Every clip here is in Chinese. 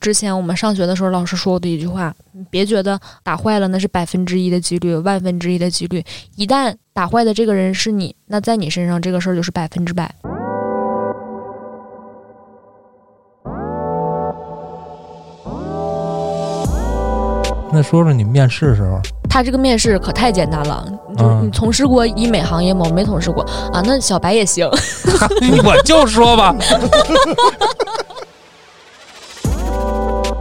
之前我们上学的时候，老师说过的一句话：别觉得打坏了那是百分之一的几率，万分之一的几率。一旦打坏的这个人是你，那在你身上这个事儿就是百分之百。那说说你面试时候，他这个面试可太简单了，就是嗯你从事过医美行业吗？我没从事过啊，那小白也行。 我就说吧，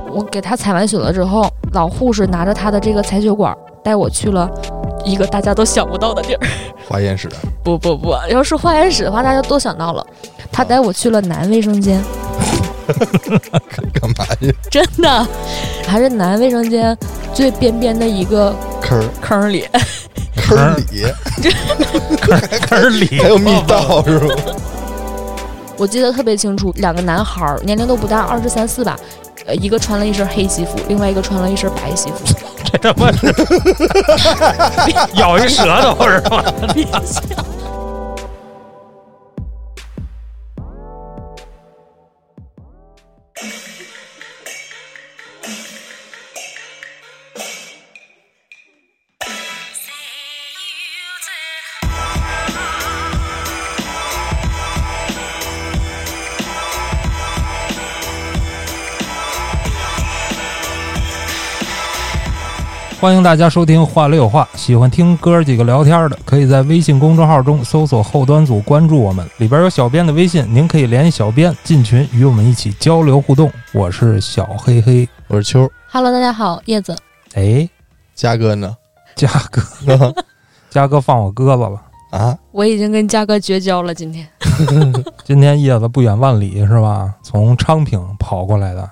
我给他采完血了之后，老护士拿着他的这个采血管儿带我去了一个大家都想不到的地儿。化验室，不不不，要是化验室的话，大家都想到了。他带我去了男卫生间， 干嘛呀？真的，还是男卫生间最边边的一个坑儿坑里。 坑儿里坑里还有密道是吧？我记得特别清楚，两个男孩儿年龄都不大，二十三四吧，呃，一个穿了一身黑西服，另外一个穿了一身白西服。 这他妈 是咬一舌头是吧？ 欢迎大家收听《话里有话》，喜欢听哥几个聊天的，可以在微信公众号中搜索“后端组”，关注我们，里边有小编的微信，您可以联系小编进群，与我们一起交流互动。我是小黑黑，我是秋儿， Hello，大家好，叶子。哎，嘉哥呢？嘉哥， 嘉哥放我胳膊吧。啊，我已经跟嘉哥绝交了，今天今天叶子不远万里是吧？从昌平跑过来的，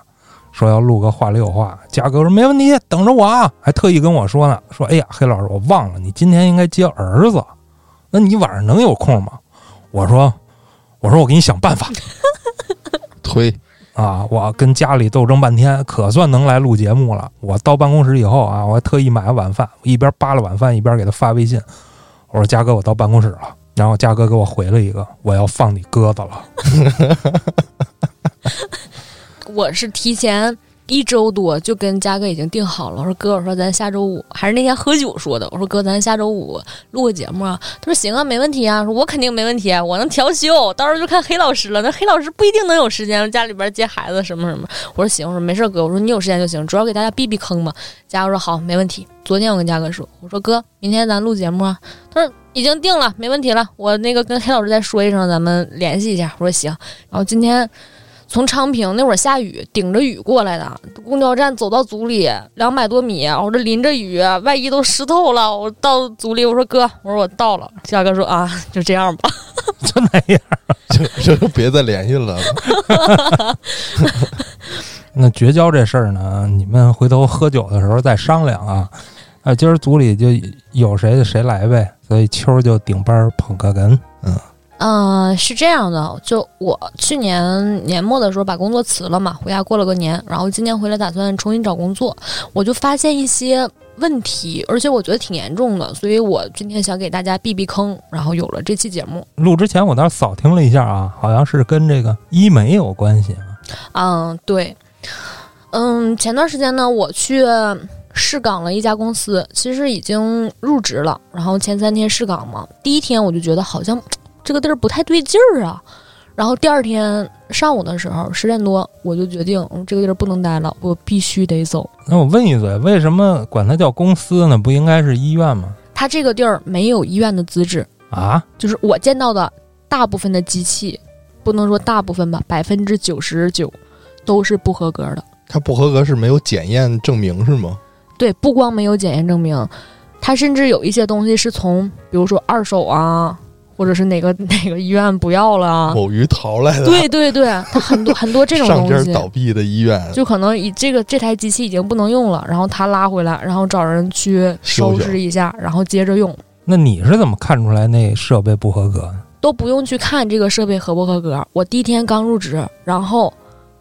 说要录个话里有话。嘉哥说没问题，等着我啊，还特意跟我说呢，说哎呀，黑老师，我忘了你今天应该接儿子，那你晚上能有空吗？我说，我说我给你想办法推 啊！我跟家里斗争半天，可算能来录节目了。我到办公室以后啊，我还特意买了晚饭，一边扒拉晚饭一边给他发微信，我说嘉哥，我到办公室了。然后嘉哥给我回了一个，我要放你鸽子了。我是提前一周多就跟嘉哥已经定好了。我说哥，我说咱下周五还是那天喝酒说的。我说哥，咱下周五录个节目啊。他说行啊，没问题啊。我说我肯定没问题啊，我能调休，到时候就看黑老师了。那黑老师不一定能有时间，家里边接孩子什么什么。我说行，我说没事哥，我说你有时间就行，主要给大家避避坑嘛。嘉哥说好，没问题。昨天我跟嘉哥说，我说哥，明天咱录节目啊。他说已经定了，没问题了。我那个跟黑老师再说一声，咱们联系一下。我说行。然后今天从昌平那会儿下雨，顶着雨过来的，公交站走到组里两百多米，我这淋着雨，外衣都湿透了。我到组里，我说哥，我说我到了。嘉哥说啊，就这样吧。就那样。就就别再联系了。那绝交这事儿呢，你们回头喝酒的时候再商量啊。啊，今儿组里就有谁谁来呗，所以秋儿就顶班儿捧个哏。嗯、是这样的，就我去年年末的时候把工作辞了嘛，回家过了个年，然后今年回来打算重新找工作，我就发现一些问题，而且我觉得挺严重的，所以我今天想给大家避避坑，然后有了这期节目。录之前我倒是扫听了一下啊，好像是跟这个医美有关系啊。嗯，对，嗯，前段时间呢，我去试岗了一家公司，其实已经入职了，然后前三天试岗嘛，第一天我就觉得好像这个地儿不太对劲儿啊，然后第二天上午的时候十点多，我就决定、嗯这个地儿不能待了，我必须得走。那我问一嘴，为什么管它叫公司呢？不应该是医院吗？他这个地儿没有医院的资质，啊，就是我见到的大部分的机器，不能说大部分吧，百分之九十九都是不合格的。他不合格是没有检验证明是吗？对，不光没有检验证明，它甚至有一些东西是从，比如说二手啊，或者是哪个 哪个医院不要了啊。某鱼淘来的，对对对，它很多很多这种 上东家西，倒闭的医院就可能以这个这台机器已经不能用了，然后他拉回来，然后找人去修收修拾一下，然后接着用，那你是怎么看出来那设备不合格的？都不用去看这个设备合不合格。我第一天刚入职，然后。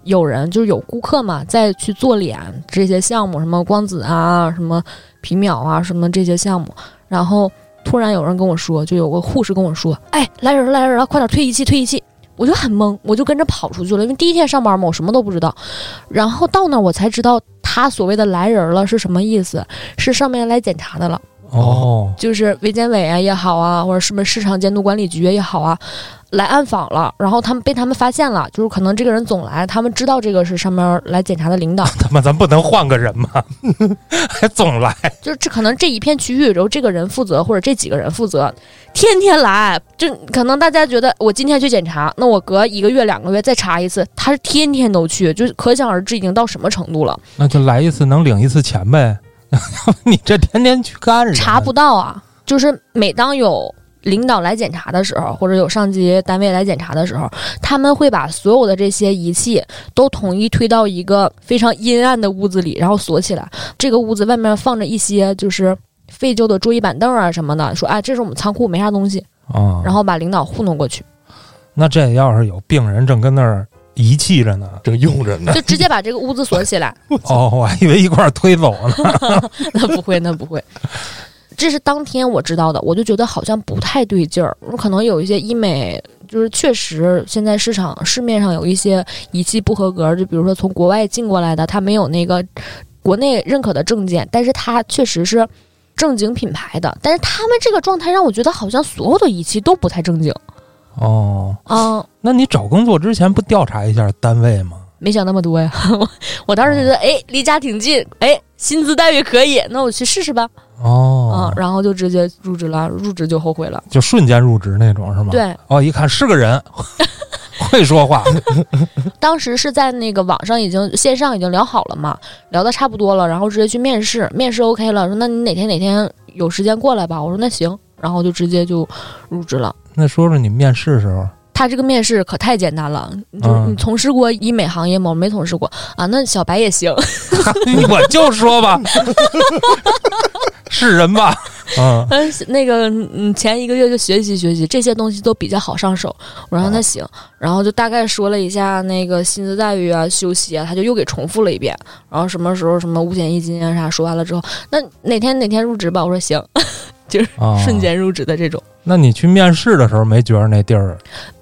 有人就是有顾客嘛，再去做脸这些项目，什么光子啊，什么皮秒啊，什么这些项目。然后突然有人跟我说，就有个护士跟我说：“哎，来人了，来人了，快点推仪器，推仪器。”我就很懵，我就跟着跑出去了，因为第一天上班嘛，我什么都不知道。然后到那儿我才知道他所谓的来人了是什么意思，是上面来检查的了，哦，就是卫健委啊也好啊，或者什么市场监督管理局也好啊，来暗访了，然后他们被他们发现了，就是可能这个人总来，他们知道这个是上面来检查的领导，他妈咱不能换个人吗？ 还总来，就是这可能这一片区域，然后这个人负责或者这几个人负责，天天来，就可能大家觉得我今天去检查，那我隔一个月两个月再查一次，他是天天都去，就是可想而知已经到什么程度了，那就来一次能领一次钱呗。 你这天天去干什么？查不到啊。就是每当有领导来检查的时候，或者有上级单位来检查的时候，他们会把所有的这些仪器都统一推到一个非常阴暗的屋子里，然后锁起来。这个屋子外面放着一些就是废旧的桌椅板凳啊什么的，说哎，这是我们仓库，没啥东西。啊、然后把领导糊弄过去，那这要是有病人正跟那儿遗弃着呢，正用着 呢。就直接把这个屋子锁起来。哦，我还以为一块儿推走呢。 那不会，那不会。这是当天我知道的，我就觉得好像不太对劲儿，可能有一些医美，就是确实现在市场市面上有一些仪器不合格，就比如说从国外进过来的，它没有那个国内认可的证件，但是它确实是正经品牌的，但是他们这个状态让我觉得好像所有的仪器都不太正经。哦，嗯，那你找工作之前不调查一下单位吗？没想那么多呀，我我当时就哦觉得，哎，离家挺近，哎，薪资待遇可以，那我去试试吧。哦啊，，然后就直接入职了，入职就后悔了。就瞬间入职那种是吗？。对，哦，一看是 个人，会说话。 当时是在那个网上已经线上已经聊好了嘛，聊的差不多了，然后直接去面试，面试 OK 了，说那你哪天哪天有时间过来吧，我说那行，然后就直接就入职了。那说说你面试 时候，他这个面试可太简单了，就是嗯你从事过医美行业吗？我没从事过啊，那小白也行，我就 说吧，是人吧？嗯，嗯，那个嗯，前一个月就学习学习，这些东西都比较好上手。我让他行，然后就大概说了一下那个薪资待遇啊、休息啊，他就又给重复了一遍。然后什么时候什么五险一金啊啥，说完了之后，那哪天哪天入职吧？我说行，啊，瞬。间入职的这种，那你去面试的时候没觉着那地儿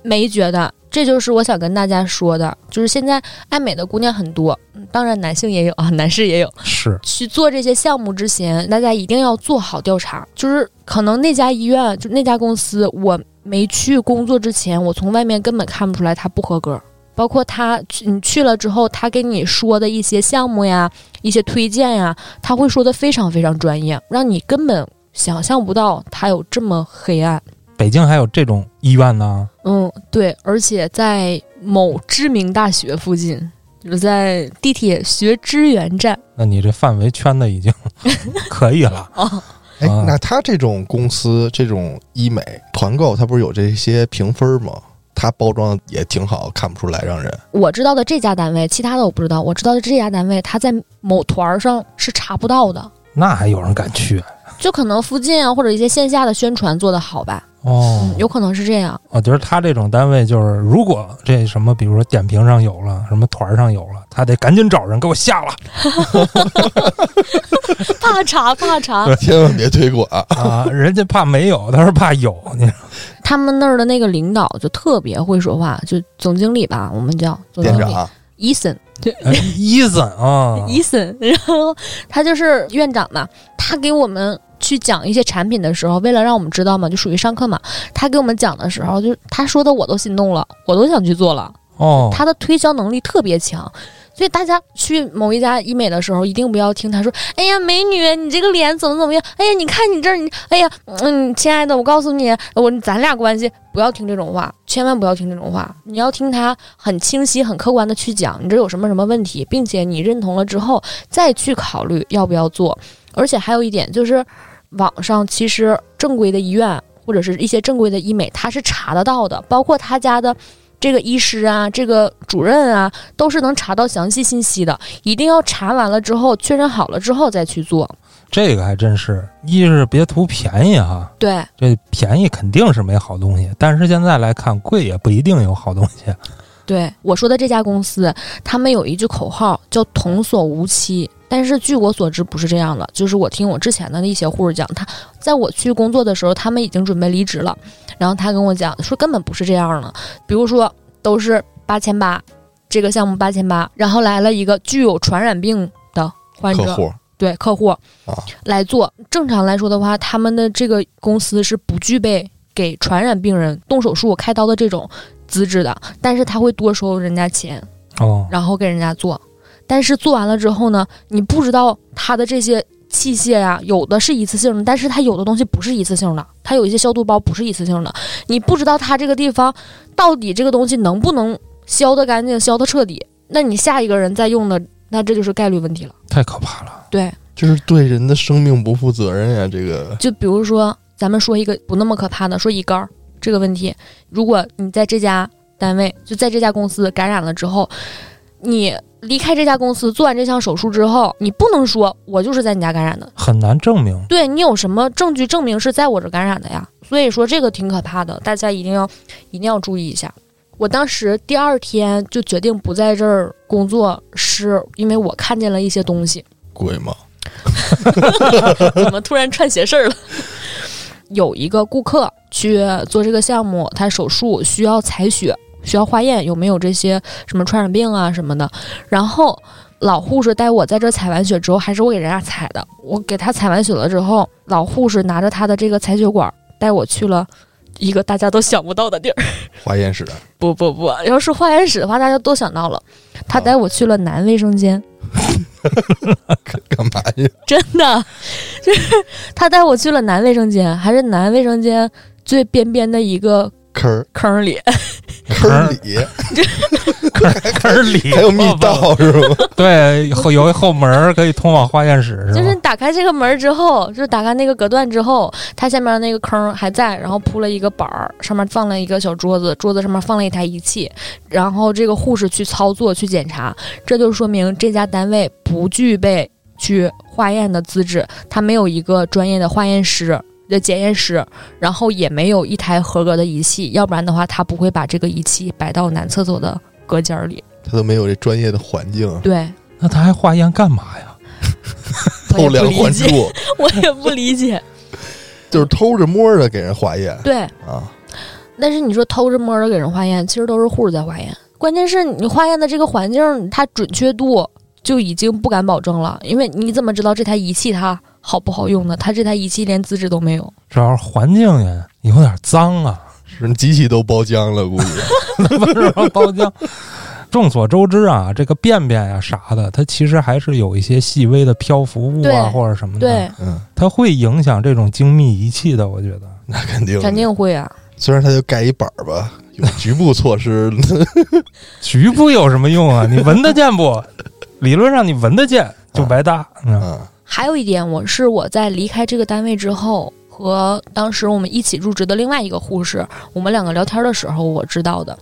没觉得。这就是我想跟大家说的，就是现在爱美的姑娘很多，嗯当然男性也有啊，男士也有。 是去做这些项目之前，大家一定要做好调查。就是可能那家医院，就那家公司，我没去工作之前，我从外面根本看不出来它不合格。包括他，你去了之后，他给你说的一些项目呀、一些推荐呀，他会说的非常非常专业，让你根本想象不到他有这么黑暗。北京还有这种医院呢？嗯，对，而且在某知名大学附近，就是在地铁学支援站那你这范围圈的已经 可以了。哦，哎啊，那他这种公司，这种医美团购，他不是有这些评分吗？他包装得也挺好，看不出来让人。 我知道的这家单位，其他的我不知道。我知道的这家单位，它在某团儿上是查不到的，那还有人敢去？啊就可能附近啊，或者一些线下的宣传做得好吧，哦嗯，有可能是这样。我觉得哦他这种单位就是，如果这什么，比如说点评上有了，什么团儿上有了，他得赶紧找人给我下了 怕查怕查，千万别推广， 啊！人家怕没有，他是怕有，你他们那儿的那个领导就特别会说话，就总经理吧，我们叫总店经理长。伊森。哎伊森啊，伊森，然后他就是院长嘛，他给我们去讲一些产品的时候，为了让我们知道嘛，就属于上课嘛。他给我们讲的时候，就他说的我都心动了，我都想去做了。哦，他的推销能力特别强。所以大家去某一家医美的时候，一定不要听他说：“哎呀，美女，你这个脸怎么怎么样？哎呀，你看你这儿，你哎呀，嗯，亲爱的，我告诉你，我咱俩关系不要听这种话，千万不要听这种话。你要听他很清晰、很客观的去讲你这有什么什么问题，并且你认同了之后再去考虑要不要做。而且还有一点就是，网上其实正规的医院或者是一些正规的医美，他是查得到的，包括他家的这个医师啊，这个主任啊，都是能查到详细信息的。一定要查完了之后，确认好了之后再去做。这个还真是，一是别图便宜哈，对，这便宜肯定是没好东西，但是现在来看，贵也不一定有好东西。对我说的这家公司，他们有一句口号叫“童叟无欺”，但是据我所知不是这样的。就是我听我之前的一些护士讲，他在我去工作的时候，他们已经准备离职了，然后他跟我讲说根本不是这样的。比如说都是八千八，这个项目八千八，然后来了一个具有传染病的患者，客户对客户啊来做。正常来说的话，他们的这个公司是不具备给传染病人动手术、开刀的这种资质的，但是他会多收人家钱，哦，然后给人家做。但是做完了之后呢，你不知道他的这些器械呀、有的是一次性的，但是它有的东西不是一次性的，它有一些消毒包不是一次性的，你不知道它这个地方到底这个东西能不能消得干净、消得彻底。那你下一个人再用的，那这就是概率问题了。太可怕了。对，就是对人的生命不负责任呀、这个就比如说，咱们说一个不那么可怕的，说乙肝儿这个问题，如果你在这家单位，就在这家公司感染了之后，你离开这家公司做完这项手术之后，你不能说我就是在你家感染的，很难证明，对你有什么证据证明是在我这感染的呀？所以说这个挺可怕的，大家一定要一定要注意一下。我当时第二天就决定不在这儿工作，是因为我看见了一些东西。鬼嘛，怎么突然串邪事儿了？有一个顾客去做这个项目，他手术需要采血，需要化验有没有这些什么传染病啊什么的。然后老护士带我在这儿采完血之后，还是我给人家采的。我给他采完血了之后，老护士拿着他的这个采血管带我去了一个大家都想不到的地儿。化验室不不不，要是化验室的话，大家都想到了。他带我去了男卫生间。干嘛呀？真的，就是他带我去了男卫生间，还是男卫生间最边边的一个坑儿坑里。坑儿里坑儿里还有密， 道是吗？ 对，后有一后门儿可以通往化验室，就是是吧你打开这个门之后，就是打开那个隔断之后，它下面那个坑还在，然后铺了一个板儿，上面放了一个小桌子，桌子上面放了一台仪器，然后这个护士去操作去检查，这就说明这家单位不具备去化验的资质，它没有一个专业的化验师。的检验师，然后也没有一台合格的仪器，要不然的话，他不会把这个仪器摆到男厕所的隔间儿里。他都没有这专业的环 境，对，那他还化验干嘛呀？我也偷不梁理换解 柱，我也不理解。就是偷着摸着给人化验对，啊，但是你说偷着摸着给人化验，其实都是护士在化验。关键是你化验的这个环境，它准确度就已经不敢保证了，因为你怎么知道这台仪器它好不好用呢？它这台仪器连资质都没有。主要是环境也有点脏啊， 是机器都包浆了，估计 不是说包浆。众所周知啊，这个便便呀、啥的，它其实还是有一些细微的漂浮物对啊或者什么的，对，，嗯，它会影响这种精密仪器的。我觉得那肯定的肯。定会啊。虽然他就盖一板儿吧，有局部措施， 局部有什么用啊？你闻得见不？理论上你闻得见就白搭。嗯嗯，还有一点，我是我在离开这个单位之后，和当时我们一起入职的另外一个护士，我们两个聊天的时候我知道的。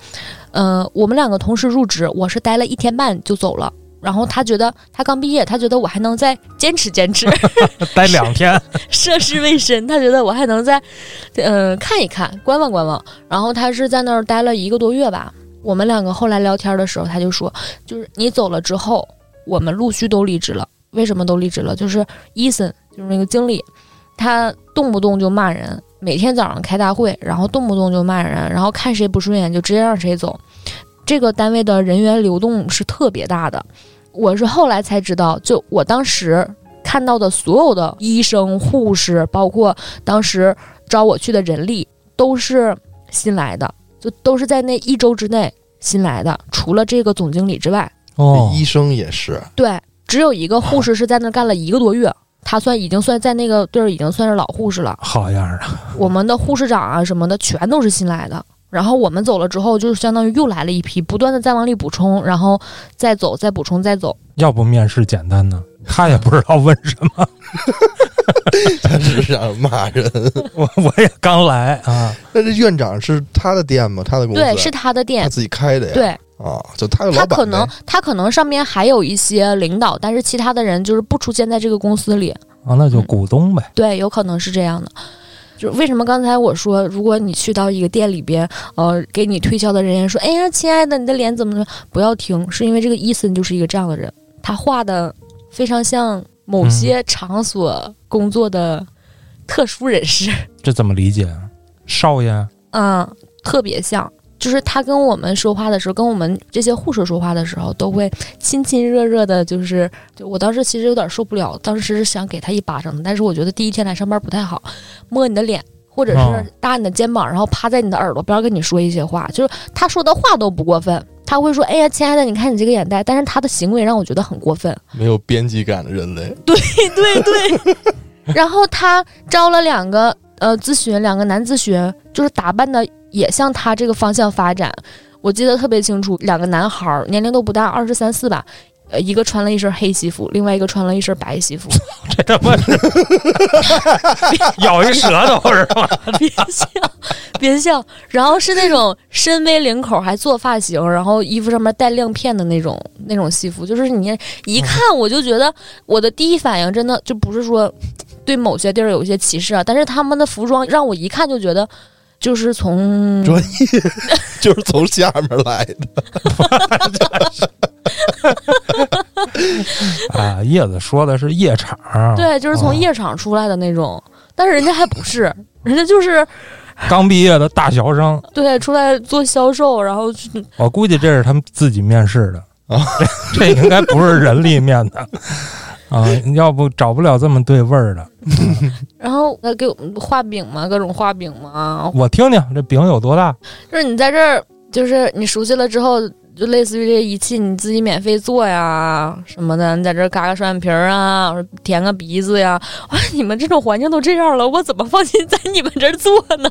呃，我们两个同时入职，我是待了一天半就走了。然后他觉得他刚毕业，他觉得我还能再坚持坚持待两天， 涉世未深，他觉得我还能再，呃，看一看，观望观望。然后他是在那儿待了一个多月吧。我们两个后来聊天的时候，他就说，就是你走了之后，我们陆续都离职了。为什么都离职了？就是伊森，就是那个经理，他动不动就骂人，每天早上开大会，然后动不动就骂人，然后看谁不顺眼就直接让谁走。这个单位的人员流动是特别大的。我是后来才知道，就我当时看到的所有的医生、护士，包括当时招我去的人力，都是新来的，就都是在那一周之内新来的，除了这个总经理之外，哦，医生也是，对，只有一个护士是在那干了一个多月，他算已经算在那个队儿已经算是老护士了。 好样啊的！我们的护士长啊什么的全都是新来的。然后我们走了之后，就是相当于又来了一批，不断的再往里补充，然后再走，再补充，再走。要不面试简单呢？他也不知道问什么，他只是想骂人。 我我也刚来啊，那这院长是他的店吗？他的公司啊对，是他的他店，自己开的呀？对啊，就他的他老板呗可能他可能上面还有一些领导，但是其他的人就是不出现在这个公司里。啊，那嗯就股东呗。对，有可能是这样的。就是为什么刚才我说，如果你去到一个店里边，呃，给你推销的人员说：“哎呀，亲爱的，你的脸怎么了？”不要听，是因为这个伊森就是一个这样的人，他画的非常像某嗯些场所工作的特殊人士，这怎么理解啊？少爷嗯，特别像。就是他跟我们说话的时候，跟我们这些护士说话的时候，都会亲亲热热的，就是就我当时其实有点受不了，当时是想给他一巴掌的，但是我觉得第一天来上班不太好，摸你的脸。或者哦是搭你的肩膀，然后趴在你的耳朵边儿跟你说一些话，就是他说的话都不过分，他会说：“哎呀，亲爱的，你看你这个眼袋。”但是他的行为让我觉得很过分。没有边际感的人类，对对 对。然后他招了两个呃咨询，两个男咨询，就是打扮的也向他这个方向发展。我记得特别清楚，两个男孩儿年龄都不大，二十三四吧。呃，一个穿了一身黑西服，另外一个穿了一身白西服。 这他妈 是咬一舌头是吧？别笑，别笑。然后是那种深 V 领口，还做发型，然后衣服上面带亮片的那种那种西服，就是你一看我就觉得，我的第一反应真的就不是说对某些地儿有一些歧视啊，但是他们的服装让我一看就觉得。就是从专业就是从下面来的。啊，叶子说的是夜场，对，就是从夜场出来的那种，但是人家还不是，人家就是啊刚毕业的大学生，对出来做销售，然后去我估计这是他们自己面试的啊， 这这应该不是人力面的啊，要不找不了这么对味儿的。然后他给我们画饼嘛，各种画饼嘛，我听听这饼有多大？就是你在这儿，就是你熟悉了之后，就类似于这些仪器你自己免费做呀什么的，你在这儿嘎个双眼皮儿啊，或者填个鼻子呀， 哇，你们这种环境都这样了，我怎么放心在你们这儿做呢？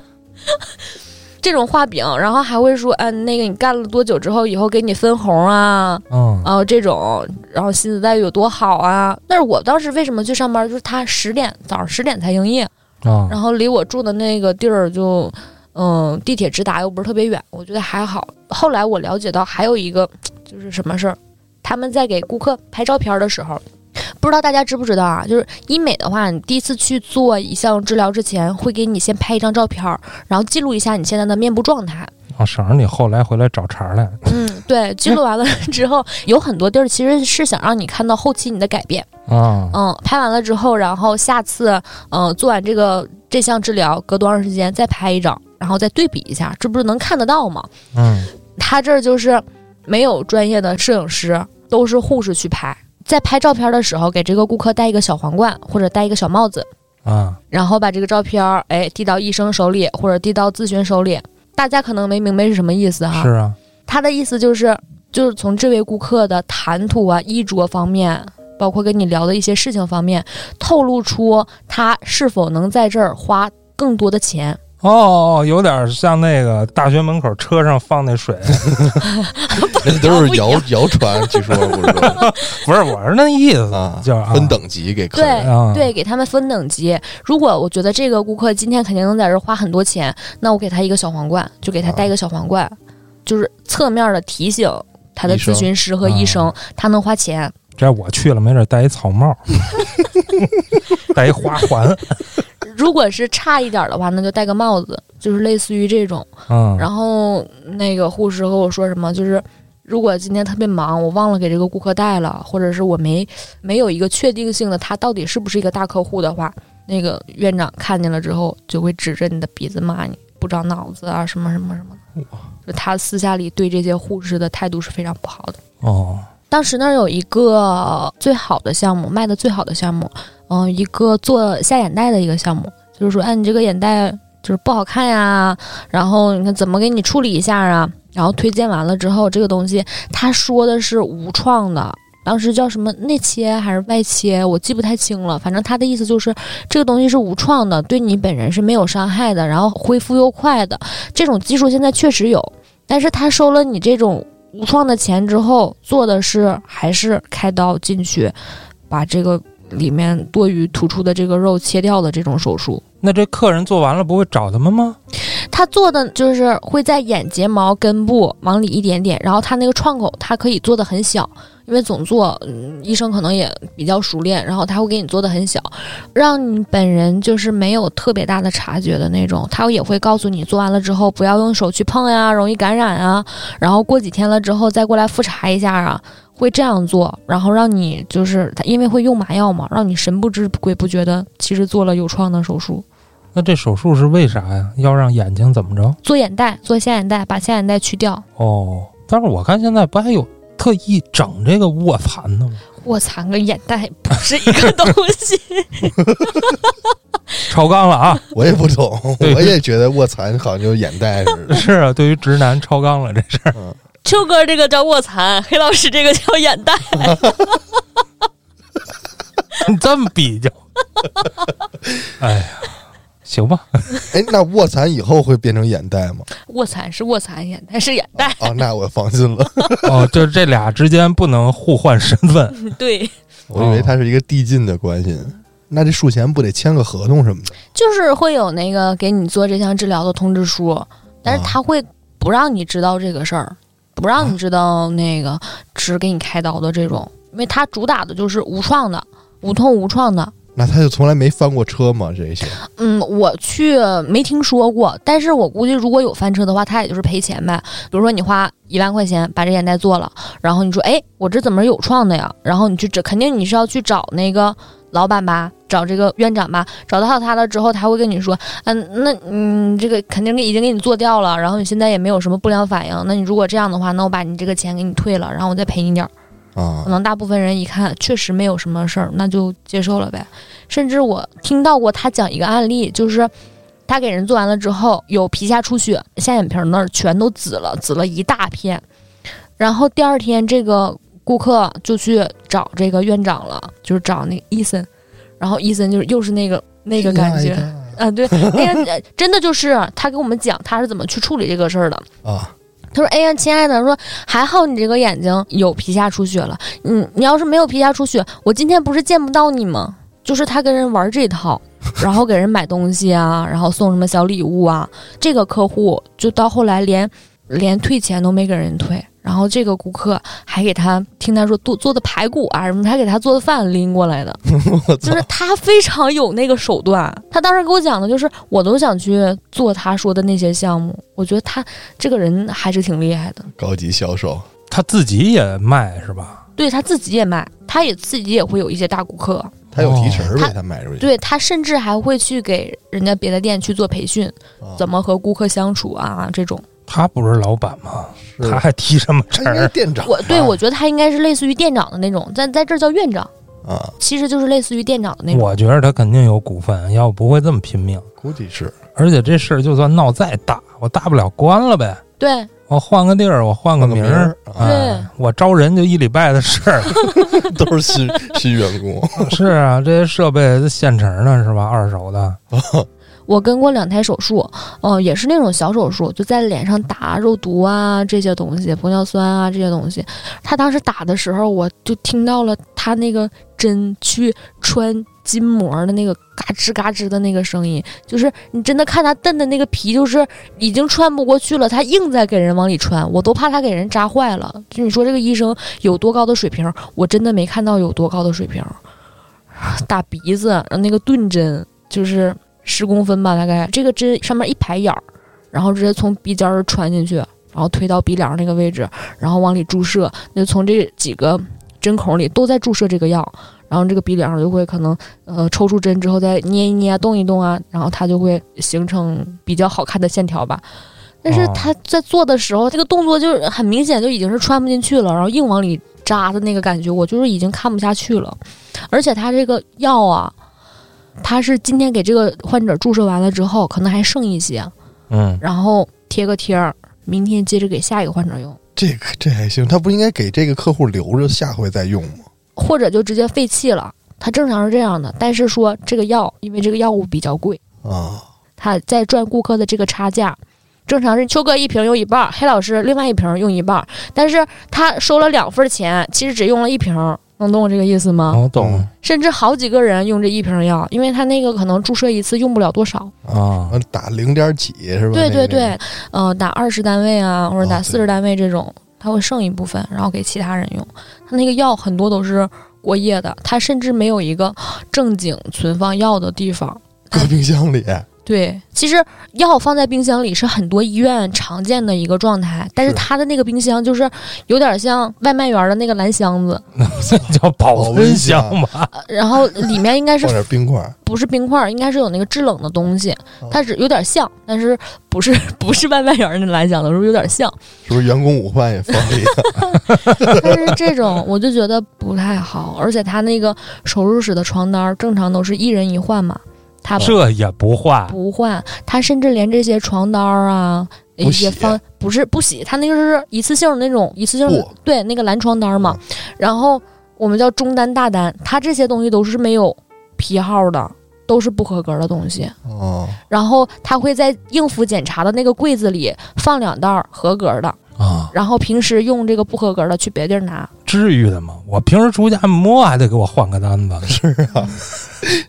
这种画饼，然后还会说，哎，那个你干了多久之后，以后给你分红啊，嗯，然后这种，然后薪资待遇有多好啊？但是我当时为什么去上班？就是他十点早上十点才营业，啊，然后离我住的那个地儿就，嗯，地铁直达又不是特别远，我觉得还好。后来我了解到还有一个就是什么事儿，他们在给顾客拍照片儿的时候，不知道大家知不知道啊？就是医美的话，你第一次去做一项治疗之前，会给你先拍一张照片儿，然后记录一下你现在的面部状态。啊，省着你后来回来找茬儿来。嗯，对，记录完了 之后，有很多地儿其实是想让你看到后期你的改变。啊，嗯，拍完了之后，然后下次，嗯、做完这个这项治疗，隔多长时间再拍一张，然后再对比一下，这不是能看得到吗？嗯，他这儿就是没有专业的摄影师，都是护士去拍。在拍照片的时候，给这个顾客戴一个小皇冠或者戴一个小帽子，啊，然后把这个照片儿哎递到医生手里或者递到咨询手里。大家可能没明白是什么意思哈，是啊，他的意思就是，就是从这位顾客的谈吐啊、衣着方面，包括跟你聊的一些事情方面，透露出他是否能在这儿花更多的钱。哦，哦有点像那个大学门口车上放那水，那 都是谣谣传，据说不是说不是，我是那意思，啊 就是啊分等级给客人。啊，对，给他们分等级。如果我觉得这个顾客今天肯定能在这儿花很多钱，那我给他一个小皇冠，就给他戴一个小皇冠，就是侧面的提醒他的医生咨询师和医生，啊他能花钱。这我去了，没准戴一 草帽，戴一花环，如果是差一点的话，那就戴个帽子，就是类似于这种。嗯，然后那个护士和我说什么，就是如果今天特别忙，我忘了给这个顾客带了，或者是我没没有一个确定性的他到底是不是一个大客户的话，那个院长看见了之后就会指着你的鼻子骂你不长脑子啊，什么什么什么的。就他私下里对这些护士的态度是非常不好的。哦，当时那儿有一个最好的项目，卖的最好的项目，嗯、一个做下眼袋的一个项目，就是说，哎，你这个眼袋就是不好看呀，然后你看怎么给你处理一下啊，然后推荐完了之后，这个东西他说的是无创的。当时叫什么内切还是外切，我记不太清了。反正他的意思就是，这个东西是无创的，对你本人是没有伤害的，然后恢复又快的。这种技术现在确实有，但是他收了你这种无创的钱之后，做的是还是开刀进去，把这个里面多余突出的这个肉切掉的这种手术。那这客人做完了不会找他们吗？他做的就是会在眼睫毛根部往里一点点，然后他那个创口它可以做的很小，因为总做，嗯，医生可能也比较熟练，然后他会给你做的很小，让你本人就是没有特别大的察觉的那种。他也会告诉你做完了之后不要用手去碰呀，容易感染啊，然后过几天了之后再过来复查一下啊。会这样做，然后让你就是他，因为会用麻药嘛，让你神不知鬼不觉的，其实做了有创的手术。那这手术是为啥呀？要让眼睛怎么着？做眼袋，做下眼袋，把下眼袋去掉。哦，但是我看现在不还有特意整这个卧蚕的吗？卧蚕跟眼袋不是一个东西，超纲了啊！ 我也不懂，对我也觉得卧蚕好像就眼袋似的。 是啊，对于直男超纲了，这是嗯， 秋哥这个叫卧蚕，黑老师这个叫眼袋。你这么比较。哎呀，行吧，哎，那卧蚕以后会变成眼袋吗？卧蚕是卧蚕，眼袋是眼袋。哦，那我放心了，哦，就是这俩之间不能互换身份。对，我哦以为它是一个递进的关系。那这术前不得签个合同什么的？就是会有那个给你做这项治疗的通知书，但是他会不让你知道这个事儿，不让你知道那个只给你开刀的这种，因为他主打的就是无创的、无痛无创的。那他就从来没翻过车吗？这些嗯，我去没听说过，但是我估计如果有翻车的话，他也就是赔钱呗。比如说你花一万块钱把这眼袋做了，然后你说，哎，我这怎么是有创的呀？然后你去找，肯定你是要去找那个老板吧，找这个院长吧，找到他了之后，他会跟你说，嗯，那嗯，这个肯定已经给你做掉了，然后你现在也没有什么不良反应，那你如果这样的话，那我把你这个钱给你退了，然后我再赔你点儿。啊可，能大部分人一看确实没有什么事儿，那就接受了呗。甚至我听到过他讲一个案例，就是他给人做完了之后，有皮下出血，下眼皮儿那儿全都紫了，紫了一大片。然后第二天，这个顾客就去找这个院长了，就是找那个医生，然后医生就是又是那个 那个感觉，啊，对，那个真的就是他给我们讲他是怎么去处理这个事儿的。啊，他说：“哎呀，亲爱的，说还好你这个眼睛有皮下出血了。嗯，你要是没有皮下出血，我今天不是见不到你吗？就是他跟人玩这套，然后给人买东西啊，然后送什么小礼物啊。这个客户就到后来连连退钱都没给人退，然后这个顾客还给他听他说做做的排骨啊什么，还给他做的饭拎过来的。” 我操就是他非常有那个手段。他当时给我讲的就是，我都想去做他说的那些项目。我觉得他这个人还是挺厉害的，高级销售，他自己也卖是吧？对他自己也卖，他也自己也会有一些大顾客，他有提成儿哦呗，他他卖出去，对他甚至还会去给人家别的店去做培训，啊怎么和顾客相处啊这种。他不是老板吗？是他还提什么他成应该是儿？店长啊吧，我对我觉得他应该是类似于店长的那种，在在这儿叫院长，啊，其实就是类似于店长的那种。我觉得他肯定有股份，要不会这么拼命。估计是而且这事儿就算闹再大，我大不了关了呗。对，我换个地儿，我换个名儿，啊，哎，我招人就一礼拜的事儿。都 是新新员工，是啊，这些设备现成的是吧？二手的，我跟过两台手术，哦、也是那种小手术，就在脸上打肉毒啊这些东西，玻尿酸啊这些东西。他当时打的时候，我就听到了他那个针去穿筋膜的那个嘎吱嘎吱的那个声音，就是你真的看他蹬的那个皮，就是已经穿不过去了，他硬在给人往里穿，我都怕他给人扎坏了。就你说这个医生有多高的水平，我真的没看到有多高的水平。打鼻子，然后那个钝针就是十公分吧，大概这个针上面一排眼儿，然后直接从鼻尖儿穿进去，然后推到鼻梁那个位置，然后往里注射，那从这几个针孔里都在注射这个药，然后这个鼻梁就会可能呃抽出针之后再捏一捏啊，动一动啊，然后它就会形成比较好看的线条吧。但是哦他在做的时候，这个动作就是很明显，就已经是穿不进去了，然后硬往里扎的那个感觉，我就是已经看不下去了。而且他这个药啊，他是今天给这个患者注射完了之后，可能还剩一些，嗯，然后贴个贴儿，明天接着给下一个患者用，这个这还行，他不应该给这个客户留着下回再用吗？或者就直接废弃了。他正常是这样的，但是说这个药，因为这个药物比较贵，啊，他在赚顾客的这个差价。正常是秋哥一瓶用一半儿，黑老师另外一瓶用一半儿，但是他收了两份钱，其实只用了一瓶儿，能懂我这个意思吗？我懂嗯甚至好几个人用这一瓶药，因为他那个可能注射一次用不了多少。啊 啊，打零点几是吧？对那对个对，，呃，打二十单位啊，或者哦打对四十单位这种，他会剩一部分，然后给其他人用。他那个药很多都是过夜的，他甚至没有一个正经存放药的地方。那个搁冰箱里，对，其实药放在冰箱里是很多医院常见的一个状态，但是是它的那个冰箱就是有点像外卖员的那个蓝箱子，这叫保温箱吧？呃然后里面应该是放点冰块儿，不是冰块儿，应该是有那个制冷的东西，它只有点像，但是不是 不是外卖员儿那蓝箱子，是有点像，是不是员工午饭也放了一个？ 但是这种我就觉得不太好，而且它那个手术室的床单儿正常都是一人一换嘛，它不这也不换，不换，他甚至连这些床单儿啊不洗也放不是不洗，他那个是一次性的那种一次性布对那个蓝床单儿嘛，嗯然后我们叫中单大单，它这些东西都是没有批号的，都是不合格的东西。哦，然后他会在应付检查的那个柜子里放两袋儿合格的，啊，然后平时用这个不合格的去别地儿拿。至于的吗？我平时出去按摩还得给我换个单子，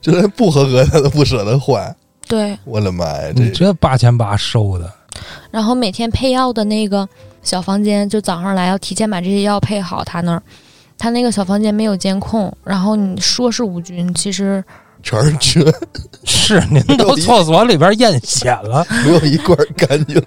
这连不合格的都不舍得换，对，我的妈呀！你这这八千八收的，然后每天配药的那个小房间，就早上来要提前把这些药配好，他那儿，他那个小房间没有监控，然后你说是无菌，其实全是菌， 是您都厕所里边验血了， 没有一罐儿干净。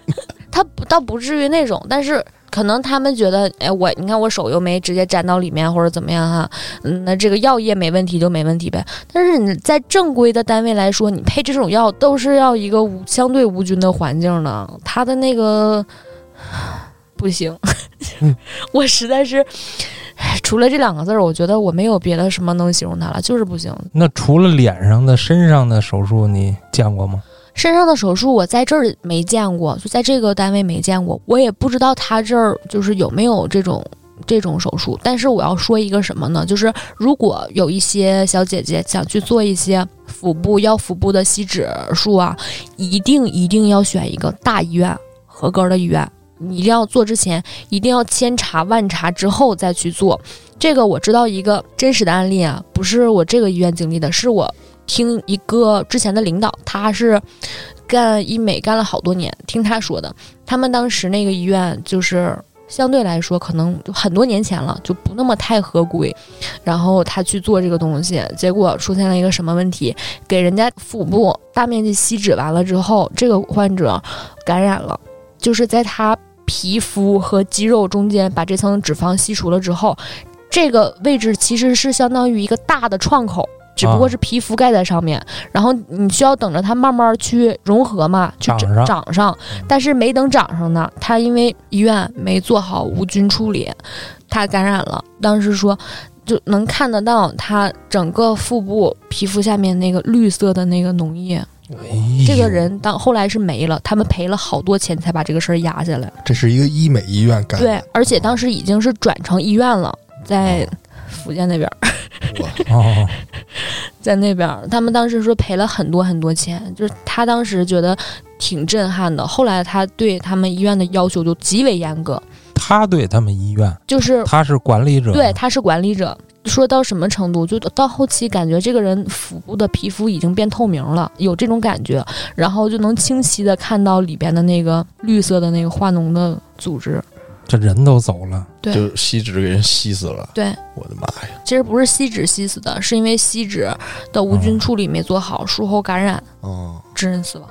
他不倒不至于那种，但是可能他们觉得，哎，我你看我手又没直接沾到里面或者怎么样哈、嗯，那这个药液没问题就没问题呗。但是你在正规的单位来说，你配这种药都是要一个无相对无菌的环境的，他的那个不行，我实在是。唉除了这两个字儿，我觉得我没有别的什么能形容它了，就是不行。 那除了脸上的、身上的手术，你见过吗？身上的手术我在这儿没见过，就在这个单位没见过，我也不知道他这儿就是有没有这种。这种手术，但是我要说一个什么呢？就是如果有一些小姐姐想去做一些腹部腰腹部的吸脂术啊，一定一定要选一个大医院合格的医院，你一定要做之前一定要千查万查之后再去做。这个我知道一个真实的案例啊，不是我这个医院经历的，是我听一个之前的领导，他是干医美干了好多年，听他说的，他们当时那个医院就是。相对来说，可能就很多年前了，就不那么太合规。然后他去做这个东西，结果出现了一个什么问题？给人家腹部大面积吸脂完了之后，这个患者感染了，就是在他皮肤和肌肉中间把这层脂肪吸除了之后，这个位置其实是相当于一个大的创口，只不过啊是皮肤盖在上面。然后你需要等着它慢慢去融合嘛，去长上嗯长上。但是没等长上呢，它因为医院没做好无菌处理，它感染了。当时说。就能看得到它整个腹部皮肤下面那个绿色的那个脓液，哎这个人当后来是没了，他们赔了好多钱才把这个事儿压下来。 这是一个医美医院哎干对的，，而且当时已经是转成医院了，在福建那边儿，哇哦，在那边儿，他们当时说赔了很多很多钱，就是他当时觉得挺震撼的。后来他对他们医院的要求就极为严格，他对他们医院，就是他是管理者，对，他是管理者。说到什么程度，就到后期感觉这个人腹部的皮肤已经变透明了，有这种感觉，然后就能清晰的看到里边的那个绿色的那个化脓的组织。这人都走了，对就吸脂给人吸死了。对，我的妈呀！其实不是吸脂吸死的，是因为吸脂的无菌处理没做好，术后感染哦，致人死亡。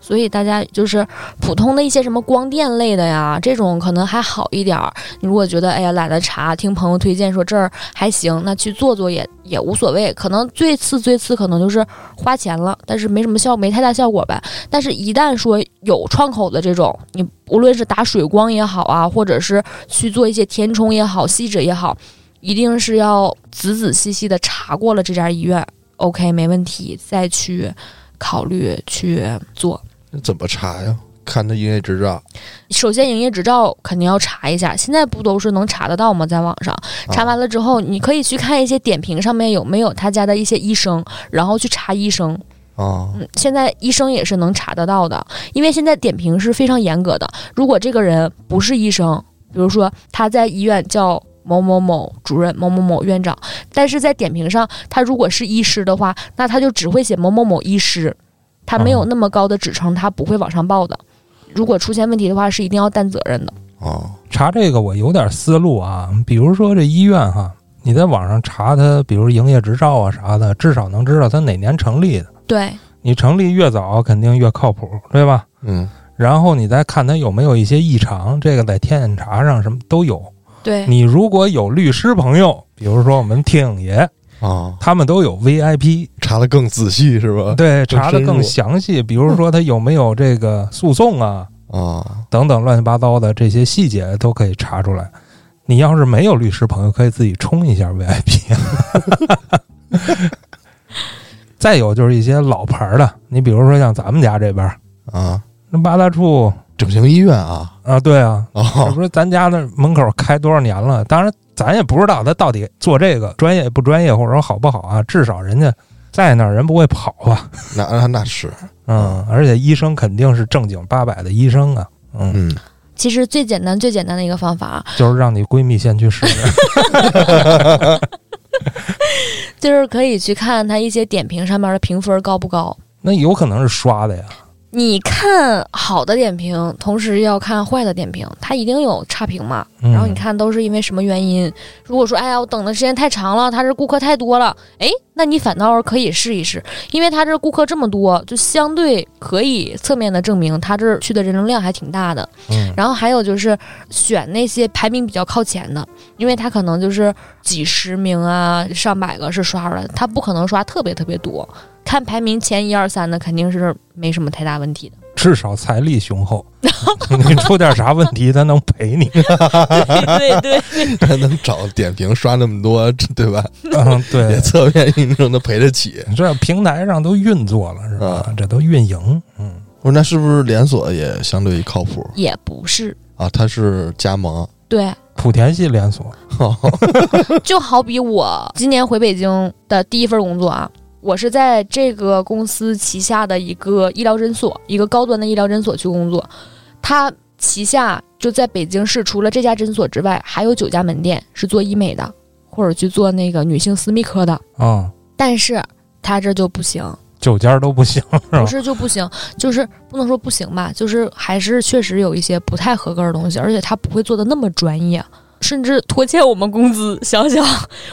所以大家就是普通的一些什么光电类的呀，这种可能还好一点儿。你如果觉得哎呀懒得查，听朋友推荐说这儿还行，那去做做也也无所谓。可能最次最次可能就是花钱了，但是没什么效，没太大效果呗。但是，一旦说有创口的这种，你无论是打水光也好啊，或者是去做一些填充也好、吸脂也好，一定是要仔仔细细的查过了这家医院，OK 没问题，再去考虑去做。那怎么查呀？看他营业执照，首先，营业执照肯定要查一下，现在不都是能查得到吗？在网上查完了，了之后，你可以去看一些点评上面有没有他家的一些医生，然后去查医生。啊，嗯，现在医生也是能查得到的，因为现在点评是非常严格的。如果这个人不是医生，比如说他在医院叫某某某主任、某某某院长，但是在点评上他如果是医师的话，那他就只会写某某某医师，他没有哦那么高的职称，他不会往上报的。如果出现问题的话，是一定要担责任的。哦，查这个我有点思路啊，比如说这医院哈，你在网上查它，比如营业执照啊啥的，至少能知道它哪年成立的。对，你成立越早肯定越靠谱，对吧？嗯，然后你再看它有没有一些异常，这个在天眼查上什么都有。对，你如果有律师朋友，比如说我们天影爷，啊，他们都有 VIP，查的更仔细是吧？对，查的啊深更入详细，比如说他有没有这个诉讼啊啊，等等乱七八糟的这些细节都可以查出来。你要是没有律师朋友，可以自己充一下 VIP。再有就是一些老牌儿的，你比如说像咱们家这边儿，啊，那八大处整形医院啊，啊，对啊，这哦啊，不是咱家那门口开多少年了？当然，咱也不知道他到底做这个专业不专业，或者说好不好啊。至少人家在那儿，人不会跑啊。 那那那是，嗯，而且医生肯定是正经八百的医生啊。嗯，嗯， 其实最简单最简单的一个方法啊，就是让你闺蜜先去试试。 就是可以去看它一些点评上面的评分高不高。那有可能是刷的呀。你看好的点评，同时要看坏的点评，它一定有差评嘛。嗯、然后你，看都是因为什么原因？如果说哎呀我等的时间太长了，他这顾客太多了，哎，那你反倒是可以试一试，因为他这顾客这么多，就相对可以侧面的证明他这儿去的人流量还挺大的。嗯，然后还有就是选那些排名比较靠前的，因为他可能就是几十名啊、上百个是刷出来的，他不可能刷特别特别多。看排名前一二三的肯定是没什么太大问题的。至少财力 雄厚，你出点啥问题，他能赔你。 对对对，还能找点评刷那么多， 这对吧？嗯，也对，侧面印证他赔得起。这平台上都运作了是吧？啊这都运营，嗯，我说那是不是连锁也相对靠谱也不是啊？它是加盟，对。莆田系连锁，就好比我今年回北京的第一份工作啊，我是在这个公司旗下的一个医疗诊所，一个高端的医疗诊所去工作。它旗下就在北京市，除了这家诊所之外，还有九家门店是做医美的，或者去做那个女性私密科的。嗯，但是它这就不行，九家都不行是吧不？是就不行，就是不能说不行吧，就是还是确实有一些不太合格的东西，而且他不会做的那么专业，甚至拖欠我们工资。想想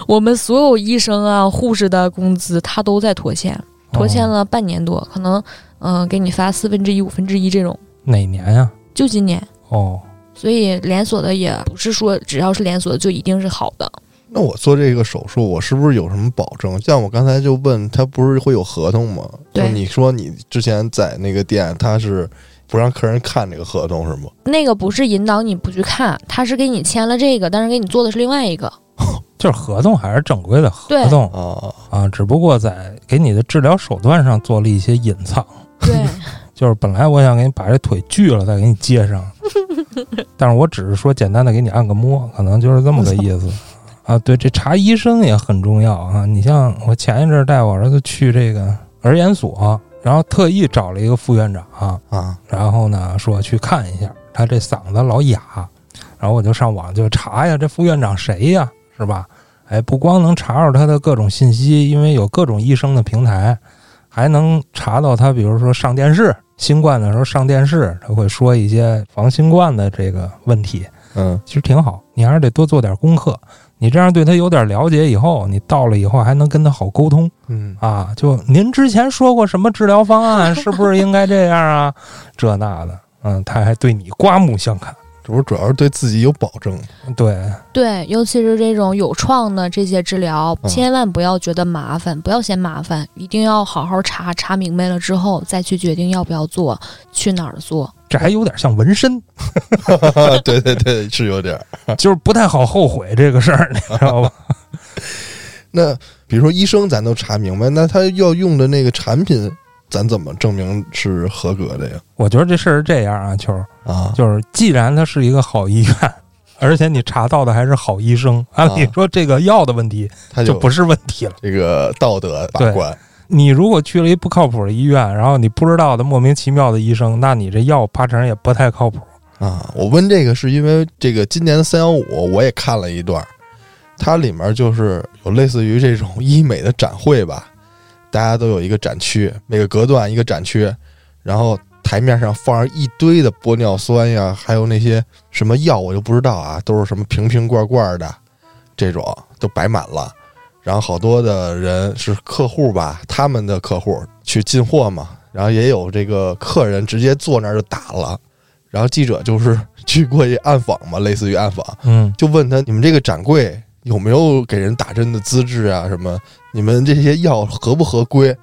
我们所有医生啊、护士的工资，他都在拖欠，拖欠哦了半年多，可能嗯、呃给你发四分之一、五分之一这种，嗯哪年啊呀、就今年。哦，所以连锁的也不是说只要是连锁的就一定是好的，那我做这个手术，我是不是有什么保证？像我刚才就问他，不是会有合同吗？对就是你说你之前在那个店，他是不让客人看这个合同是吗？那个不是引导你不去看，他是给你签了这个，但是给你做的是另外一个。就是合同还是正规的合对同啊，啊，只不过在给你的治疗手段上做了一些隐藏。 对，就是本来我想给你把这腿锯了再给你接上，但是我只是说简单的给你按个摩，可能就是这么个意思。啊，对，这查医生也很重要啊。你像我前一阵儿带我儿子去这个儿研所，然后特意找了一个副院长、啊，然后呢说去看一下，他这嗓子老哑，然后我就上网就查呀，这副院长谁呀，是吧？哎，不光能查着他的各种信息，因为有各种医生的平台，还能查到他，比如说上电视，新冠的时候上电视，他会说一些防新冠的这个问题，嗯，其实挺好。你还是得多做点功课，你这样对他有点了解以后，你到了以后还能跟他好沟通。嗯，啊，就您之前说过什么治疗方案，是不是应该这样啊？这那的，嗯，他还对你刮目相看，这不是主要是对自己有保证 对，对，尤其是这种有创的这些治疗，嗯千万不要觉得麻烦，不要嫌麻烦，一定要好好查查明白了之后再去决定要不要做，去哪儿做。这还有点像纹身，吗？对对对，是有点儿。就是不太好后悔这个事儿，你知道吧？那比如说医生，咱都查明白，那他要用的那个产品，咱怎么证明是合格的呀？我觉得这事儿是这样啊，球儿，啊，就是既然它是一个好医院，而且你查到的还是好医生，按理啊哎说这个药的问题他就就不是问题了。这个道德把对关，你如果去了一不靠谱的医院，然后你不知道的莫名其妙的医生，那你这药八成也不太靠谱。啊，我问这个是因为这个今年的三幺五我也看了一段儿，它里面就是有类似于这种医美的展会吧，大家都有一个展区，每个隔断一个展区，然后台面上放着一堆的玻尿酸呀，还有那些什么药我就不知道啊，都是什么瓶瓶罐罐的这种都摆满了，然后好多的人是客户吧，他们的客户去进货嘛，然后也有这个客人直接坐那儿就打了，然后记者就是去过去暗访嘛，类似于暗访，嗯，就问他你们这个展柜有没有给人打针的资质啊？什么你们这些药合不合规，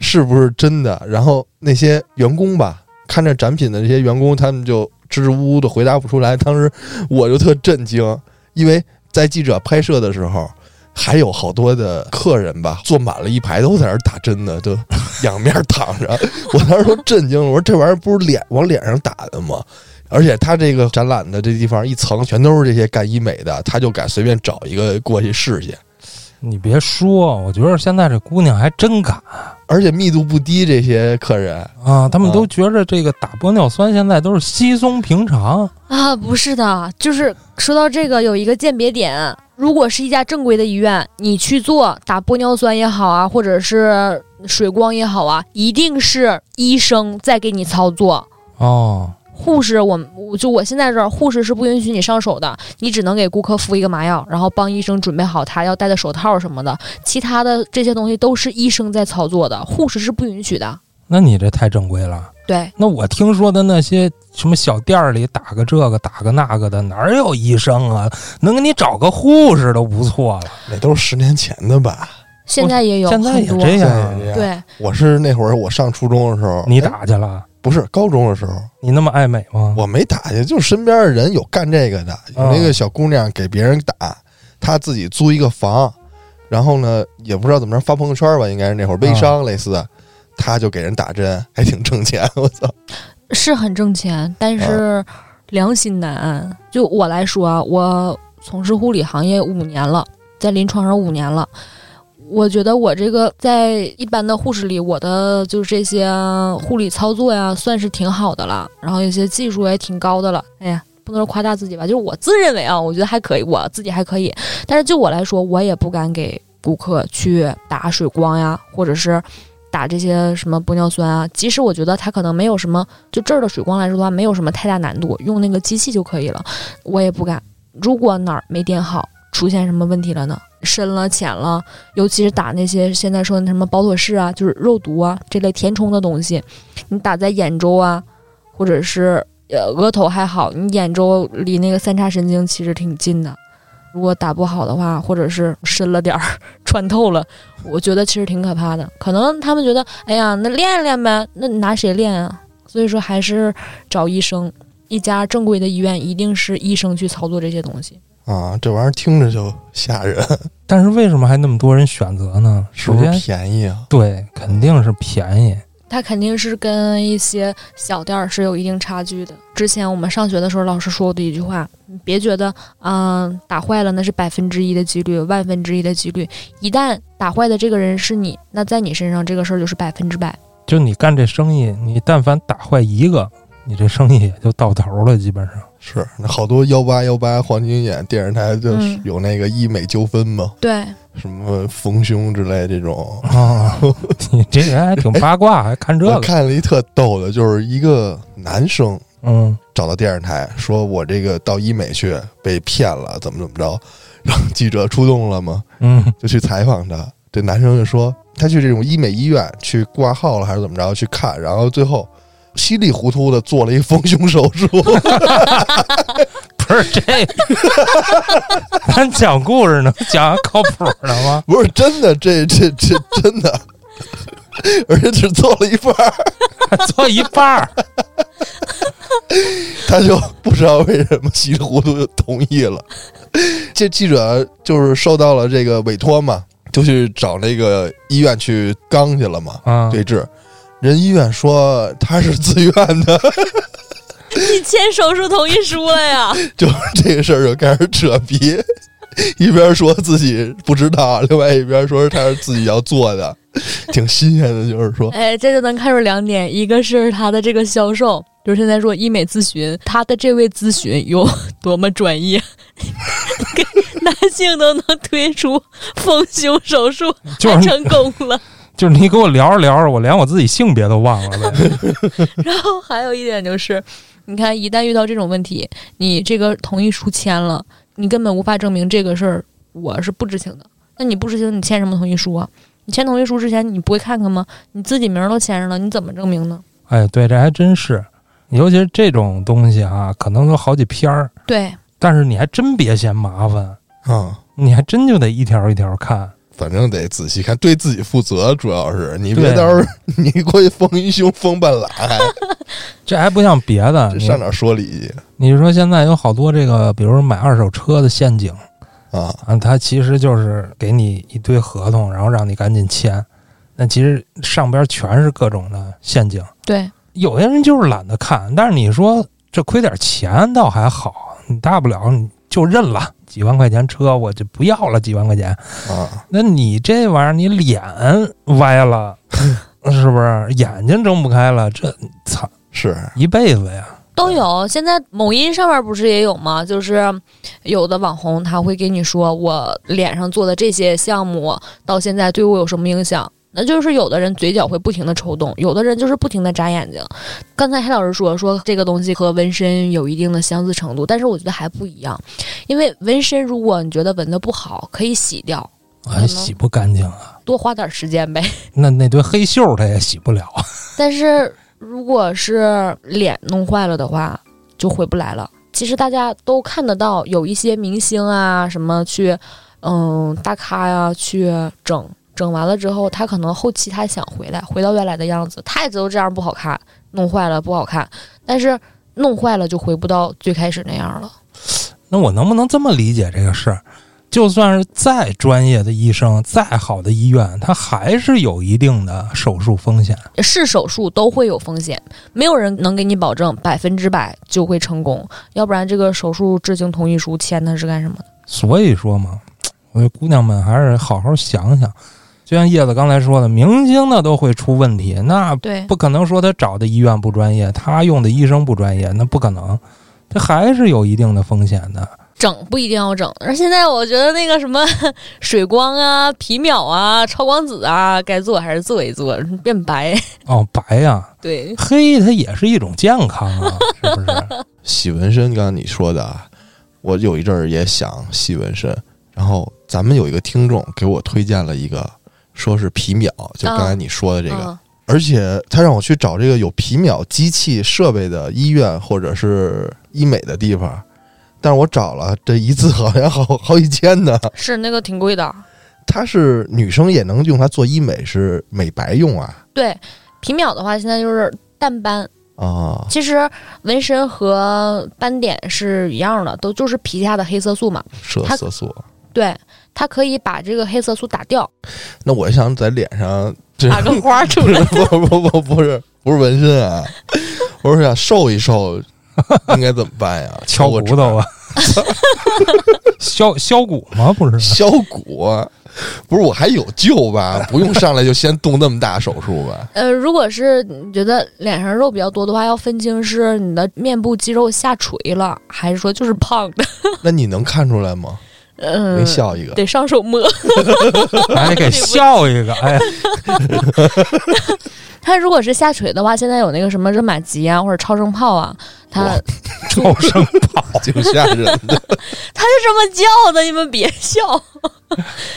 是不是真的？然后那些员工吧，看着展品的这些员工，他们就支支吾吾的回答不出来。当时我就特震惊，因为在记者拍摄的时候。还有好多的客人吧，坐满了一排，都在那儿打针呢，就仰面躺着。我当时都震惊了，我说这玩意儿不是脸往脸上打的吗？而且他这个展览的这地方一层全都是这些干医美的，他就敢随便找一个过去试去，你别说，我觉得现在这姑娘还真敢而且密度不低。这些客人，啊！他们都觉着这个打玻尿酸现在都是稀松平常。啊，不是的，就是说到这个有一个鉴别点，如果是一家正规的医院，你去做打玻尿酸也好啊，或者是水光也好啊，一定是医生在给你操作。哦，护士我，我就我现在这儿，护士是不允许你上手的，你只能给顾客敷一个麻药，然后帮医生准备好他要戴的手套什么的，其他的这些东西都是医生在操作的，护士是不允许的。那你这太正规了。对，那我听说的那些什么小店儿里打个这个打个那个的，哪儿有医生啊？能给你找个护士都不错了。那都是十年前的 吧？现在也有现在很也多，这现样啊在也这样。，对，我是那会儿我上初中的时候，你哎打去了？不是高中的时候，你那么爱美吗？我没打去，就是身边的人有干这个的，有那个小姑娘给别人打，她自己租一个房，然后呢也不知道怎么着发朋友圈吧，应该是那会儿微商类似的，她就给人打针，还挺挣钱， 我操。是很挣钱，但是良心难安。就我来说啊，我从事护理行业五年了，在临床上五年了。我觉得我这个在一般的护士里，我的就是这些护理操作呀，算是挺好的了，然后有些技术也挺高的了。哎呀，不能说夸大自己吧，就是我自认为啊，我觉得还可以，我自己还可以。但是就我来说，我也不敢给顾客去打水光呀，或者是打这些什么玻尿酸啊。即使我觉得它可能没有什么就这儿的水光来说的话，没有什么太大难度，用那个机器就可以了。我也不敢，如果哪儿没垫好，出现什么问题了呢？深了、浅了，尤其是打那些现在说的什么保妥适啊，就是肉毒啊这类填充的东西，你打在眼周啊，或者是呃额头还好，你眼周离那个三叉神经其实挺近的。如果打不好的话，或者是深了点儿，穿透了，我觉得其实挺可怕的。可能他们觉得，哎呀，那练练呗，那你拿谁练啊？所以说还是找医生。一家正规的医院一定是医生去操作这些东西。啊，这玩意儿听着就吓人，但是为什么还那么多人选择呢？是首不是先，便宜啊？对，肯定是便宜。它肯定是跟一些小店儿是有一定差距的。之前我们上学的时候，老师说过的一句话：“你别觉得，嗯、打坏了那是百分之一的几率，万分之一的几率。一旦打坏的这个人是你，那在你身上这个事儿就是百分之百。就你干这生意，你但凡打坏一个，你这生意也就到头了，基本上。是，那好多幺八幺八黄金眼电视台就是嗯有那个医美纠纷嘛，”对，什么丰胸之类这种。啊， 你这人还挺八卦，还看这我个。看了一特逗的，就是一个男生嗯，找到电视台说：“我这个到医美去被骗了，怎么怎么着？”然后记者出动了嘛， 嗯，就去采访他。这男生就说他去这种医美医院去挂号了，还是怎么着去看，然后最后稀里糊涂的做了一丰胸手术。不是这，咱讲故事呢，讲靠谱的 吗？不是真的，这这这真的， 而且只做了一半儿，还做一半儿，他就不知道为什么稀里糊涂就同意了。这记者啊就是受到了这个委托嘛，就去找那个医院去刚去了嘛，啊，对峙。人医院说他是自愿的，你签手术同意书了呀？就是这个事儿就开始扯皮， 一边说自己不知道，另外一边说他是自己要做的，挺新鲜的，就是说哎，这就能看出两点，一个是他的这个销售，就是现在说医美咨询，他的这位咨询有 多么专业， 给男性都能推出丰胸手术， 就还是成功了。就是你给我聊着聊着，我连我自己性别都忘了 呗。然后还有一点就是，你看，一旦遇到这种问题，你这个同意书签了，你根本无法证明这个事儿我是不知情的。那你不实行，你签什么同意书啊？你签同意书之前，你不会看看吗？你自己名儿都签上了，你怎么证明呢？哎，对，这还真是，尤其是这种东西啊，可能有好几篇儿，对，但是你还真别嫌麻烦，啊，你还真就得一条一条看。反正得仔细看，对自己负责，主要是你别对到时候 你过去丰一胸丰半拉，这还不像别的，这你上哪儿说理去你说现在有好多这个，比如说买二手车的陷阱啊？啊，它其实就是给你一堆合同，然后让你赶紧签。那其实上边全是各种的陷阱，对，有些人就是懒得看，但是你说这亏点钱倒还好，你大不了你就认了，几万块钱车我就不要了，几万块钱。啊，那你这玩意儿，你脸歪了，是不是？眼睛睁不开了，这操是一辈子呀！都有。现在某音上面不是也有吗？就是有的网红他会给你说，我脸上做的这些项目到现在对我有什么影响？那就是有的人嘴角会不停的抽动，有的人就是不停的眨眼睛。刚才黑老师说说这个东西和纹身有一定的相似程度，但是我觉得还不一样，因为纹身如果你觉得纹的不好，可以洗掉，还哎洗不干净啊，多花点时间呗。那那堆黑锈它也洗不了啊。但是如果是脸弄坏了的话，就回不来了。其实大家都看得到，有一些明星啊，什么去，嗯，大咖呀、去整整完了之后，他可能后期他想回来，回到原来的样子，他也知道这样不好看，弄坏了不好看，但是弄坏了就回不到最开始那样了。那我能不能这么理解这个事儿？就算是再专业的医生，再好的医院，它还是有一定的手术风险。是手术都会有风险，没有人能给你保证百分之百就会成功，要不然这个手术知情同意书签的是干什么的？所以说嘛，我觉得姑娘们还是好好想想。就像叶子刚才说的，明星呢都会出问题，那对不可能说他找的医院不专业，他用的医生不专业，那不可能，这还是有一定的风险的。整不一定要整，而现在我觉得那个什么 水光啊、皮秒啊、超光子啊，该做还是做一做，变白。哦，白呀、对，黑它也是一种健康啊，是不是？洗纹身，刚刚你说的，啊，我有一阵儿也想洗纹身，然后咱们有一个听众给我推荐了一个，说是皮秒，就刚才你说的这个，啊嗯，而且他让我去找这个有皮秒机器设备的医院或者是医美的地方，但是我找了这一次好像好好几千呢。是那个挺贵的。它是女生也能用它做医美，是美白用啊对，皮秒的话，现在就是淡斑。啊其实纹身和斑点是一样的，都就是皮下的黑色素嘛。设它色素。对，它可以把这个黑色素打 掉，那我想在脸上这打个 花出不来。是不不不不是不是纹身啊，我是想瘦一瘦，应该怎么办 呀？敲我骨 头啊，削削骨吗？不是，削骨啊，不是我还有救吧？不用上来就先动那么大手术吧？ 呃，如果是你觉得脸上肉比较多的话，要分清是你的面部肌肉下垂了，还是说就是胖的。 那你能看出来吗？嗯，没笑一个， 得上手 摸。还得哎给笑一个。哎， 它如果是下垂的话，现在有那个什么热玛吉啊，或者超声炮啊，它哇它臭生炮，挺吓人的，是这么叫的，你们别笑。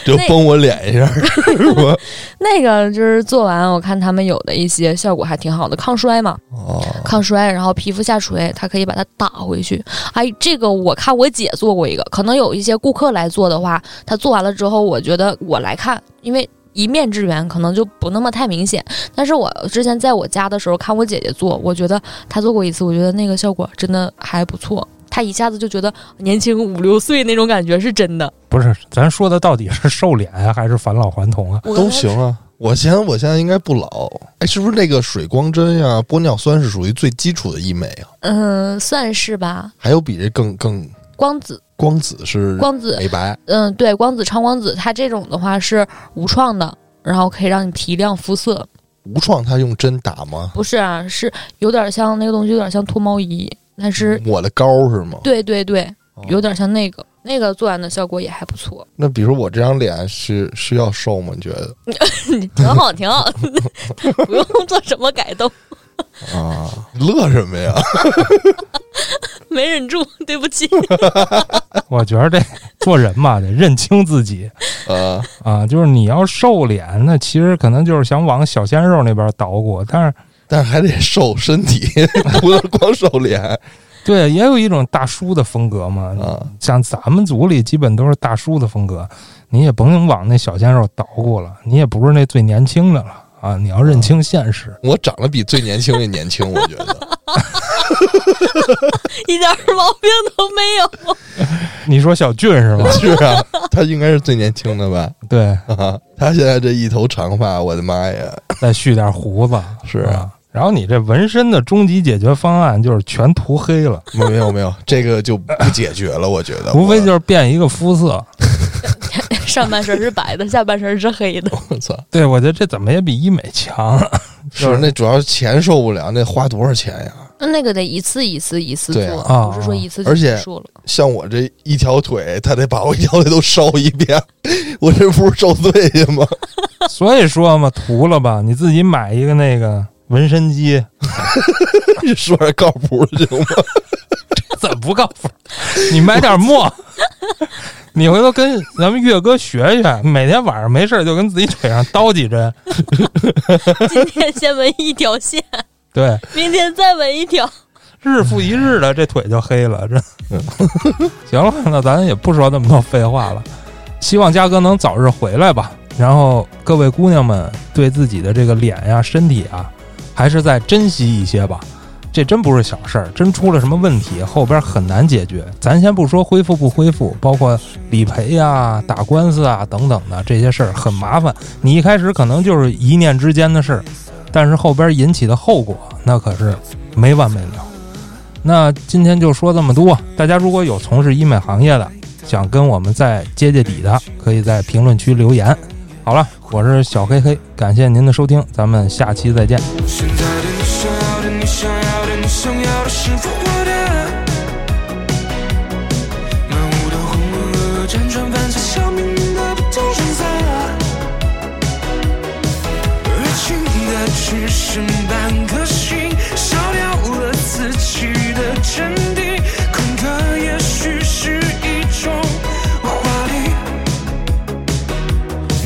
就崩我脸一下， 是吧？ 那个就是做完，我看他们有的一些效果还挺好的，抗衰嘛，哦，抗衰，然后皮肤下垂，它可以把它打回去。哎，这个我看我姐做过一个，可能有一些顾客来做的话，他做完了之后，我觉得我来看，因为。一面之缘可能就不那么太明显，但是我之前在我家的时候看我姐姐做，我觉得她做过一次，我觉得那个效果真的还不错，她一下子就觉得年轻五六岁那种感觉是真的。不是，咱说的到底是瘦脸啊，还是返老还童啊？我都行啊。我嫌我现在应该不老，哎，是不是那个水光针呀、玻尿酸是属于最基础的医美啊？嗯，算是吧。还有比这更更光子，光子是光子，美白，嗯，对，光子、超光子，它这种的话是无创的，然后可以让你提亮肤色。无创它用针打吗？不是啊，是有点像那个东西，有点像脱毛仪，但是抹的膏是吗？对对对，嗯哦有点像那个，那个做完的效果也还不错， 那比如我这张脸是是要瘦吗？你觉得挺好，挺好， 不 用做什么改动，啊？乐什么呀？没忍住，对不起。我觉得这做人吧，得认清自己呃，啊。就是你要瘦脸，那其实可能就是想往小鲜肉那边捣鼓，但是但是还得瘦身体， 不能光瘦脸对，也有一种大叔的风格嘛。啊。像咱们组里基本都是大叔的风格，你也甭往那小鲜肉捣鼓了，你也不是那最年轻的了啊！你要认清现实。我长得比最年轻的年轻，我觉得一点儿毛病都没有。 你说小俊是吧？ 是啊，他应该是最年轻的吧？对，啊， 他现在这一头长发，我的妈呀！再蓄点胡子是啊，啊。然后你这纹身的终极解决方案就是全涂黑了，没有没有没有，这个就不解决了，我觉得。 无非我就是变一个肤色。上半身是白的，下半身是黑的。我操，对，我觉得这怎么也比医美 强。是那主要是钱受不了，那花多少钱呀？那那个得一次一次一次哦对做，啊不是说一次就而且结束了。 像我这一条腿，他得把我一条腿都烧一遍，我这不是受罪去吗？ 所以说嘛，涂了吧，你自己买一个那个纹身机， 你说点靠谱的行吗？怎么不靠谱？你买点 墨，你回头跟咱们岳哥学学，每天晚上没事儿就跟自己腿上刀几针。今天先纹一条线，对，明天再纹一条。日复一日的，这腿就黑了。这行了，那咱也不说那么多废话了。希望嘉哥能早日回来吧。然后各位姑娘们，对自己的这个脸呀、身体啊，还是再珍惜一些吧。这真不是小事儿，真出了什么问题，后边很难解决。咱先不说恢复不恢复，包括理赔呀、打官司啊等等的这些事儿很麻烦。你一开始可能就是一念之间的事儿，但是后边引起的后果那可是没完没了。那今天就说这么多。大家如果有从事医美行业的，想跟我们再接接底的，可以在评论区留言。好了，我是小黑黑，感谢您的收听，咱们下期再见。现在的你想要的，你想要的，你想要的是否我的？漫无的浑浑噩噩，辗转反侧，消灭你的不动声色。热情的只剩半颗心，烧掉了自己的真谛，空壳也许是一种魔法力，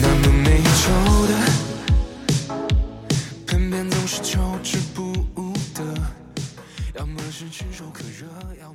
那么美丑的。身边总是求之不得，要么是炙手可热，要。